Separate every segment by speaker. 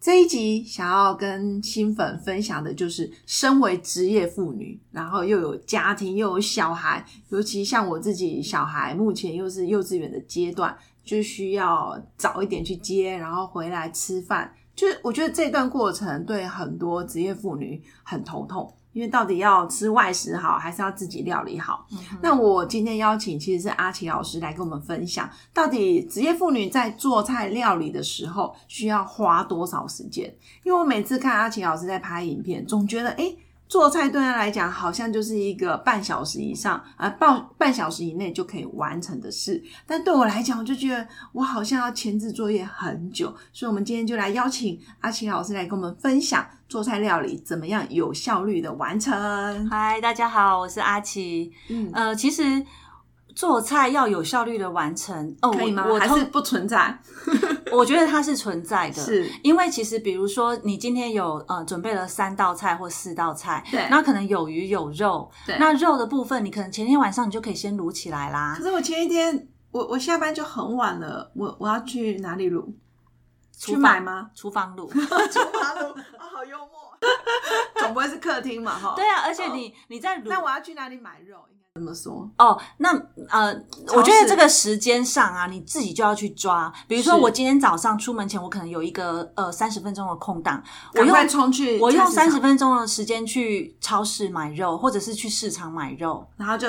Speaker 1: 这一集想要跟新粉分享的就是，身为职业妇女，然后又有家庭，又有小孩，尤其像我自己，小孩目前又是幼稚园的阶段，就需要早一点去接，然后回来吃饭。就是我觉得这段过程对很多职业妇女很头痛，因为到底要吃外食好，还是要自己料理好？嗯、那我今天邀请其实是阿奇老师来跟我们分享，到底职业妇女在做菜料理的时候需要花多少时间？因为我每次看阿奇老师在拍影片，总觉得哎。诶做菜对他来讲，好像就是一个半小时以上啊，半、呃、半小时以内就可以完成的事。但对我来讲，我就觉得我好像要前置作业很久。所以，我们今天就来邀请阿奇老师来跟我们分享做菜料理怎么样有效率的完成。
Speaker 2: 嗨，大家好，我是阿奇。嗯，呃，其实做菜要有效率的完成，
Speaker 1: 哦，可以吗？
Speaker 2: 我
Speaker 1: 还是不存在？
Speaker 2: 我觉得它是存在的，
Speaker 1: 是
Speaker 2: 因为其实比如说你今天有呃准备了三道菜或四道菜，
Speaker 1: 对，
Speaker 2: 那可能有鱼有肉，
Speaker 1: 对，
Speaker 2: 那肉的部分你可能前天晚上你就可以先卤起来啦。
Speaker 1: 可是我前一天我我下班就很晚了，我我要去哪里卤？去买吗？
Speaker 2: 厨房哦卤，
Speaker 1: 厨房卤，啊，好幽默， 总不会是客厅嘛，哈。
Speaker 2: 对啊，而且你你在卤，
Speaker 1: 哦那我要去哪里买肉？应该怎么说？
Speaker 2: 哦，那呃，我觉得这个时间上啊，你自己就要去抓。比如说，我今天早上出门前，我可能有一个呃三十分钟的空档，我用
Speaker 1: 冲去，
Speaker 2: 我用三十分钟的时间去超市买肉，或者是去市场买肉，
Speaker 1: 然后就。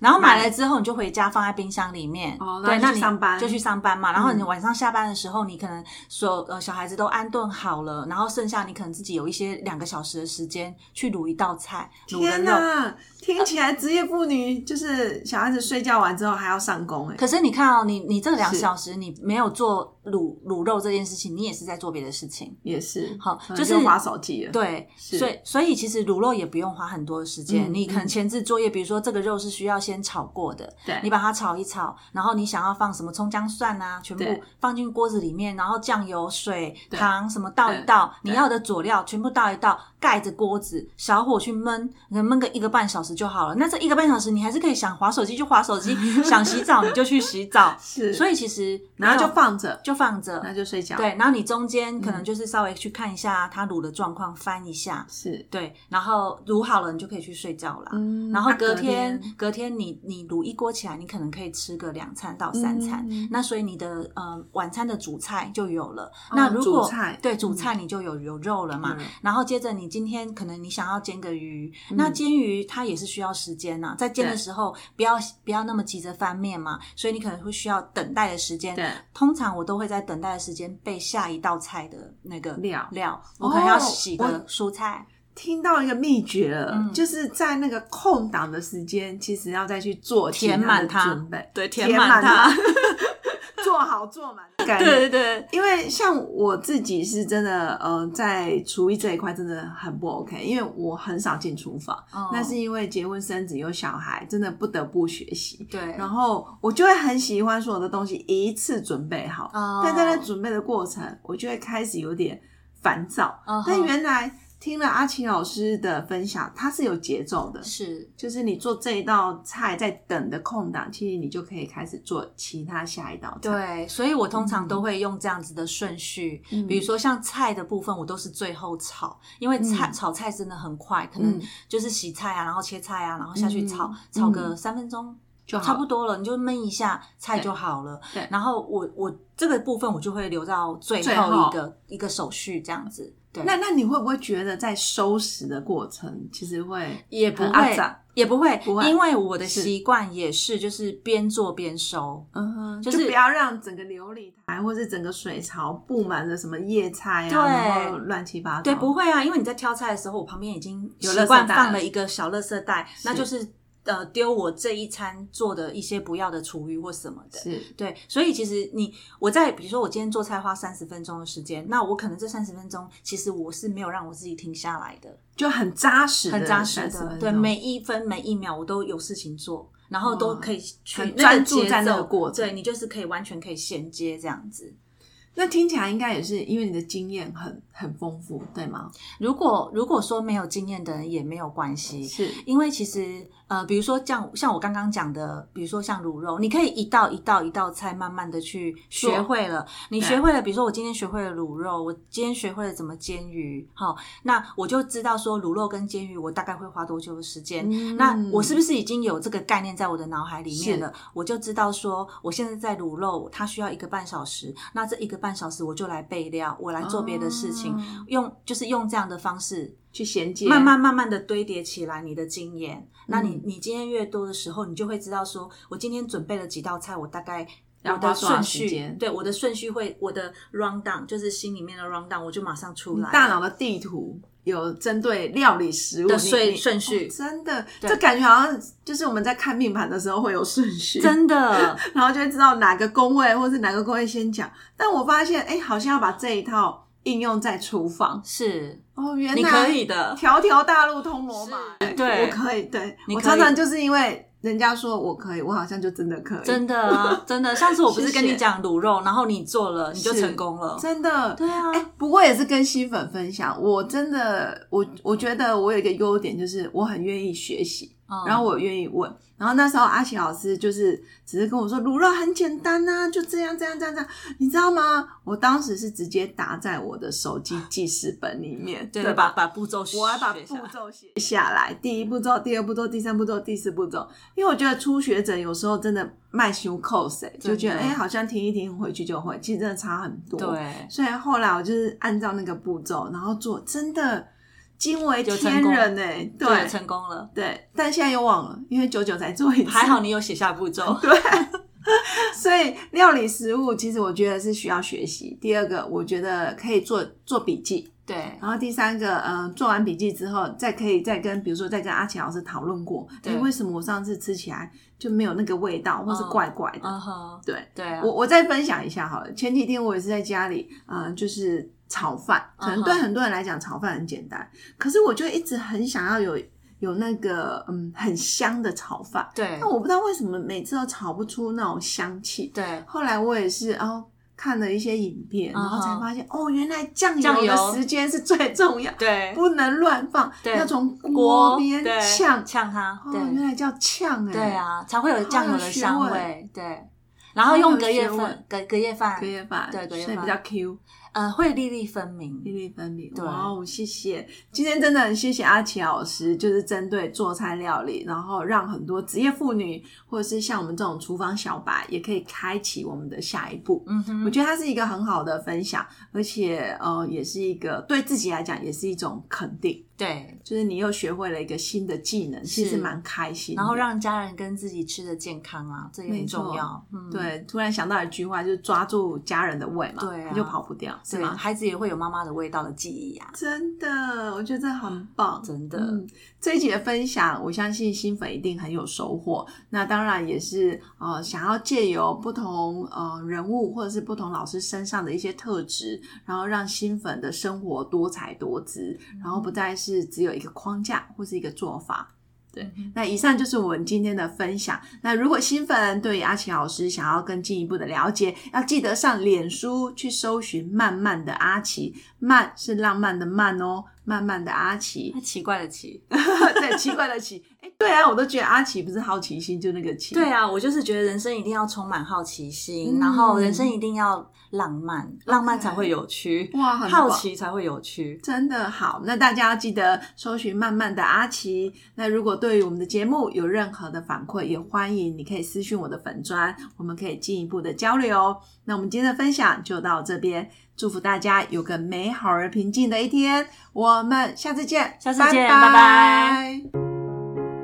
Speaker 2: 然后买了之后，你就回家放在冰箱里面。
Speaker 1: 哦，
Speaker 2: 对，那你
Speaker 1: 上班嗯
Speaker 2: 就去上班嘛。然后你晚上下班的时候，你可能所呃小孩子都安顿好了，然后剩下你可能自己有一些两个小时的时间去卤一道菜。
Speaker 1: 天哪，听起来职业妇女就是小孩子睡觉完之后还要上工哎。
Speaker 2: 可是你看哦，你你这两小时你没有做卤卤肉这件事情，你也是在做别的事情。
Speaker 1: 也是，
Speaker 2: 好，就是
Speaker 1: 划手机了。
Speaker 2: 对，所以所以其实卤肉也不用花很多时间，你可能前置作业，比如说这个肉是需要先。先炒过的，
Speaker 1: 对，
Speaker 2: 你把它炒一炒，然后你想要放什么葱姜蒜啊，全部放进锅子里面，然后酱油、水、糖什么倒一倒，你要的佐料全部倒一倒，盖着锅子，小火去焖，能焖个一个半小时就好了。那这一个半小时，你还是可以想划手机就划手机，想洗澡你就去洗澡。
Speaker 1: 是，
Speaker 2: 所以其实
Speaker 1: 然后就放着，
Speaker 2: 就放着，嗯
Speaker 1: 那就睡觉。
Speaker 2: 对，然后你中间可能就是稍微去看一下它卤的状况，翻一下，
Speaker 1: 是
Speaker 2: 对，然后卤好了你就可以去睡觉啦。
Speaker 1: 嗯，
Speaker 2: 然后隔
Speaker 1: 天
Speaker 2: 隔天。你你卤一锅起来，你可能可以吃个两餐到三餐，
Speaker 1: 嗯、
Speaker 2: 那所以你的呃晚餐的主菜就有了。哦、那如果对主菜你就有、嗯、有肉了嘛，嗯、然后接着你今天可能你想要煎个鱼，
Speaker 1: 嗯
Speaker 2: 那煎鱼它也是需要时间呐、啊，在煎的时候不要不要那么急着翻面嘛，所以你可能会需要等待的时间。
Speaker 1: 对，
Speaker 2: 通常我都会在等待的时间备下一道菜的那个
Speaker 1: 料
Speaker 2: 料，我可能要洗个蔬菜。
Speaker 1: 哦听到一个秘诀了，嗯、就是在那个空档的时间，其实要再去做
Speaker 2: 填满它，
Speaker 1: 准备
Speaker 2: 对
Speaker 1: 填
Speaker 2: 满
Speaker 1: 它， 做好做满。
Speaker 2: 对对对，
Speaker 1: 因为像我自己是真的，呃，在厨艺这一块真的很不 OK，因为我很少进厨房，
Speaker 2: 哦、
Speaker 1: 那是因为结婚生子有小孩，真的不得不学习。
Speaker 2: 对，
Speaker 1: 然后我就会很喜欢所有的东西一次准备好，
Speaker 2: 哦、
Speaker 1: 但在那准备的过程，我就会开始有点烦躁。
Speaker 2: 哦、
Speaker 1: 但原来。听了阿奇老师的分享，它是有节奏的，
Speaker 2: 是，
Speaker 1: 就是你做这一道菜，在等的空档，其实你就可以开始做其他下一道菜。
Speaker 2: 对，所以我通常都会用这样子的顺序，
Speaker 1: 嗯、
Speaker 2: 比如说像菜的部分，我都是最后炒，因为菜、
Speaker 1: 嗯、
Speaker 2: 炒菜真的很快，可能就是洗菜啊，然后切菜啊，然后下去炒，嗯、炒个三分钟。
Speaker 1: 就
Speaker 2: 差不多了，你就焖一下菜就好了。
Speaker 1: 对，
Speaker 2: 然后我我这个部分我就会留到最后一个一个手续这样子。对，
Speaker 1: 那那你会不会觉得在收拾的过程其实会
Speaker 2: 也不会也不会，因为我的习惯也是就是边做边收，
Speaker 1: 嗯，
Speaker 2: 就是
Speaker 1: 不要让整个琉璃台或是整个水槽布满了什么叶菜啊，然后乱七八糟。
Speaker 2: 对，不会啊，因为你在挑菜的时候，我旁边已经习惯放了一个小垃圾袋，那就是。呃丢我这一餐做的一些不要的厨余或什么的。
Speaker 1: 是
Speaker 2: 对，所以其实你我在比如说我今天做菜花三十分钟的时间，那我可能这三十分钟其实我是没有让我自己停下来的，
Speaker 1: 就很扎实的30
Speaker 2: 很
Speaker 1: 分钟，
Speaker 2: 扎实的，对，每一分每一秒我都有事情做，然后都可以去
Speaker 1: 很
Speaker 2: 那个
Speaker 1: 专注
Speaker 2: 节
Speaker 1: 在那
Speaker 2: 奏
Speaker 1: 个过程
Speaker 2: 对你就是可以完全可以衔接这样子。
Speaker 1: 那听起来应该也是因为你的经验很很丰富，对吗？
Speaker 2: 如果如果说没有经验的人也没有关系，
Speaker 1: 是
Speaker 2: 因为其实呃，比如说像像我刚刚讲的，比如说像卤肉，你可以一道一道一道菜慢慢的去
Speaker 1: 做
Speaker 2: 学会了。你
Speaker 1: 对
Speaker 2: 学会了，比如说我今天学会了卤肉，我今天学会了怎么煎鱼，好、那我就知道说卤肉跟煎鱼我大概会花多久的时间。
Speaker 1: 嗯
Speaker 2: 那我是不是已经有这个概念在我的脑海里面
Speaker 1: 是
Speaker 2: 了？我就知道说，我现在在卤肉，它需要一个半小时。那这一个半小时，我就来备料，我来做别的事情，
Speaker 1: 哦
Speaker 2: 用就是用这样的方式
Speaker 1: 去衔接，
Speaker 2: 慢慢慢慢的堆叠起来你的经验。那你
Speaker 1: 嗯
Speaker 2: 你今天越多的时候，你就会知道说，我今天准备了几道菜，我大概。
Speaker 1: 要
Speaker 2: 我
Speaker 1: 花多
Speaker 2: 的
Speaker 1: 少
Speaker 2: 顺
Speaker 1: 时
Speaker 2: 序
Speaker 1: 间，
Speaker 2: 对我的顺序会，我的 round down 就是心里面的 round down，我就马上出
Speaker 1: 你
Speaker 2: 来。
Speaker 1: 大脑的地图有针对料理食物
Speaker 2: 的
Speaker 1: 你
Speaker 2: 顺
Speaker 1: 你
Speaker 2: 顺序
Speaker 1: 哦真的，
Speaker 2: 对
Speaker 1: 这感觉好像就是我们在看命盘的时候会有顺序，
Speaker 2: 真的，
Speaker 1: 然后就会知道哪个宫位或是哪个宫位先讲。但我发现，哎，好像要把这一套应用在厨房
Speaker 2: 是
Speaker 1: 哦，原来
Speaker 2: 你可以的，
Speaker 1: 条条大路通罗马，
Speaker 2: 是
Speaker 1: 哎
Speaker 2: 对
Speaker 1: 我可以，对
Speaker 2: 你
Speaker 1: 我
Speaker 2: 可以
Speaker 1: 常常就是因为人家说我可以，我好像就真的可以，
Speaker 2: 真的啊，真的。上次我不是
Speaker 1: 谢谢
Speaker 2: 跟你讲卤肉，然后你做了，你就是成功了。
Speaker 1: 真的，
Speaker 2: 对啊，
Speaker 1: 哎、不过也是跟新粉分享，我真的，我我觉得我有一个优点，就是我很愿意学习，
Speaker 2: 嗯
Speaker 1: 然后我愿意问。然后那时候阿奇老师就是只是跟我说卤肉很简单呐、就这样这样这样这样，你知道吗？我当时是直接打在我的手机记事本里面，
Speaker 2: 对
Speaker 1: 吧
Speaker 2: 把？把步骤
Speaker 1: 我还把
Speaker 2: 学
Speaker 1: 步
Speaker 2: 下来
Speaker 1: 骤写下来，第一步骤、第二步骤、第三步骤、第四步骤，因为我觉得初学者有时候真的慢修扣谁，就觉得
Speaker 2: 真的
Speaker 1: 哎、好像听一听回去就会，其实真的差很多。
Speaker 2: 对，
Speaker 1: 所以后来我就是按照那个步骤，然后做，真的惊为
Speaker 2: 有
Speaker 1: 天
Speaker 2: 成功
Speaker 1: 人呢、欸
Speaker 2: 对，
Speaker 1: 对
Speaker 2: 成功了。
Speaker 1: 对，但现在又忘了，因为九九才做一次，
Speaker 2: 还好你有写下步骤，
Speaker 1: 所以料理食物，其实我觉得是需要学习。第二个，我觉得可以做做笔记，
Speaker 2: 对
Speaker 1: 然后第三个，呃，做完笔记之后，再可以再跟，比如说再跟阿奇老师讨论过，
Speaker 2: 对
Speaker 1: 诶为什么我上次吃起来就没有那个味道，或是
Speaker 2: 嗯
Speaker 1: 怪怪的？
Speaker 2: 嗯哼，
Speaker 1: 对，
Speaker 2: 对啊
Speaker 1: 我，我再分享一下好了。前几天我也是在家里，呃，就是炒饭，可能对
Speaker 2: 嗯哼
Speaker 1: 很多人来讲炒饭很简单，可是我就一直很想要有有那个嗯很香的炒饭，
Speaker 2: 对
Speaker 1: 但我不知道为什么每次都炒不出那种香气。
Speaker 2: 对
Speaker 1: 后来我也是哦。看了一些影片，然后
Speaker 2: 嗯
Speaker 1: 才
Speaker 2: 哼
Speaker 1: 发现、哦，原来酱
Speaker 2: 酱
Speaker 1: 油的
Speaker 2: 油
Speaker 1: 时间是最重要，
Speaker 2: 对，
Speaker 1: 不能乱放，
Speaker 2: 对
Speaker 1: 要从锅
Speaker 2: 锅
Speaker 1: 边
Speaker 2: 对
Speaker 1: 呛。
Speaker 2: 呛它，
Speaker 1: 哦，原
Speaker 2: 对
Speaker 1: 来叫呛哎、
Speaker 2: 对，啊，才会有酱油的香
Speaker 1: 好有学
Speaker 2: 味，对。然后用隔夜
Speaker 1: 好有学问
Speaker 2: 饭，隔隔夜饭
Speaker 1: 隔，夜饭，
Speaker 2: 对隔夜
Speaker 1: 所以比
Speaker 2: 饭
Speaker 1: 较 Q。
Speaker 2: 呃，会粒粒分明
Speaker 1: 粒，粒分明。
Speaker 2: 对
Speaker 1: 哇哦，谢谢！今天真的很谢谢阿奇老师，就是针对做菜料理，然后让很多职业妇女或者是像我们这种厨房小白，也可以开启我们的下一步。
Speaker 2: 嗯
Speaker 1: 我
Speaker 2: 哼，
Speaker 1: 觉得它是一个很好的分享，而且呃，也是一个对自己来讲也是一种肯定，
Speaker 2: 对。
Speaker 1: 就是你又学会了一个新的技能，其实
Speaker 2: 是
Speaker 1: 蛮开心的。
Speaker 2: 然后让家人跟自己吃的健康啊，这也
Speaker 1: 没
Speaker 2: 很
Speaker 1: 错
Speaker 2: 重要。嗯，
Speaker 1: 对，突然想到一句话，就是抓住家人的胃嘛，
Speaker 2: 对啊
Speaker 1: 你就跑不掉，是
Speaker 2: 对
Speaker 1: 吗？
Speaker 2: 孩子也会有妈妈的味道的记忆啊，
Speaker 1: 真的，我觉得这很棒，
Speaker 2: 真的。
Speaker 1: 嗯，这一集的分享，我相信新粉一定很有收获。那当然也是呃，想要借由不同呃人物或者是不同老师身上的一些特质，然后让新粉的生活多彩多姿，然后不再是只有一个框架或是一个做法。对
Speaker 2: 嗯哼
Speaker 1: 那以上就是我们今天的分享。那如果新粉对于阿奇老师想要更进一步的了解，要记得上脸书去搜寻“慢慢的阿奇”，慢是浪漫的慢哦，慢慢的阿奇。
Speaker 2: 那奇怪的奇，
Speaker 1: 嗯 对，奇怪的奇，哎、对啊，我都觉得阿奇不是好奇心，就那个奇。
Speaker 2: 对啊，我就是觉得人生一定要充满好奇心，
Speaker 1: 嗯
Speaker 2: 然后人生一定要浪漫，浪漫才会有趣，
Speaker 1: 哇，很
Speaker 2: 好
Speaker 1: 棒。
Speaker 2: 奇才会有趣。
Speaker 1: 真的好，那大家要记得搜寻“慢慢的阿奇”。那如果对于我们的节目有任何的反馈，也欢迎你可以私讯我的粉砖，我们可以进一步的交流。那我们今天的分享就到这边，祝福大家有个美好而平静的一天。我们下次见，
Speaker 2: 下次见
Speaker 1: 拜
Speaker 2: 拜拜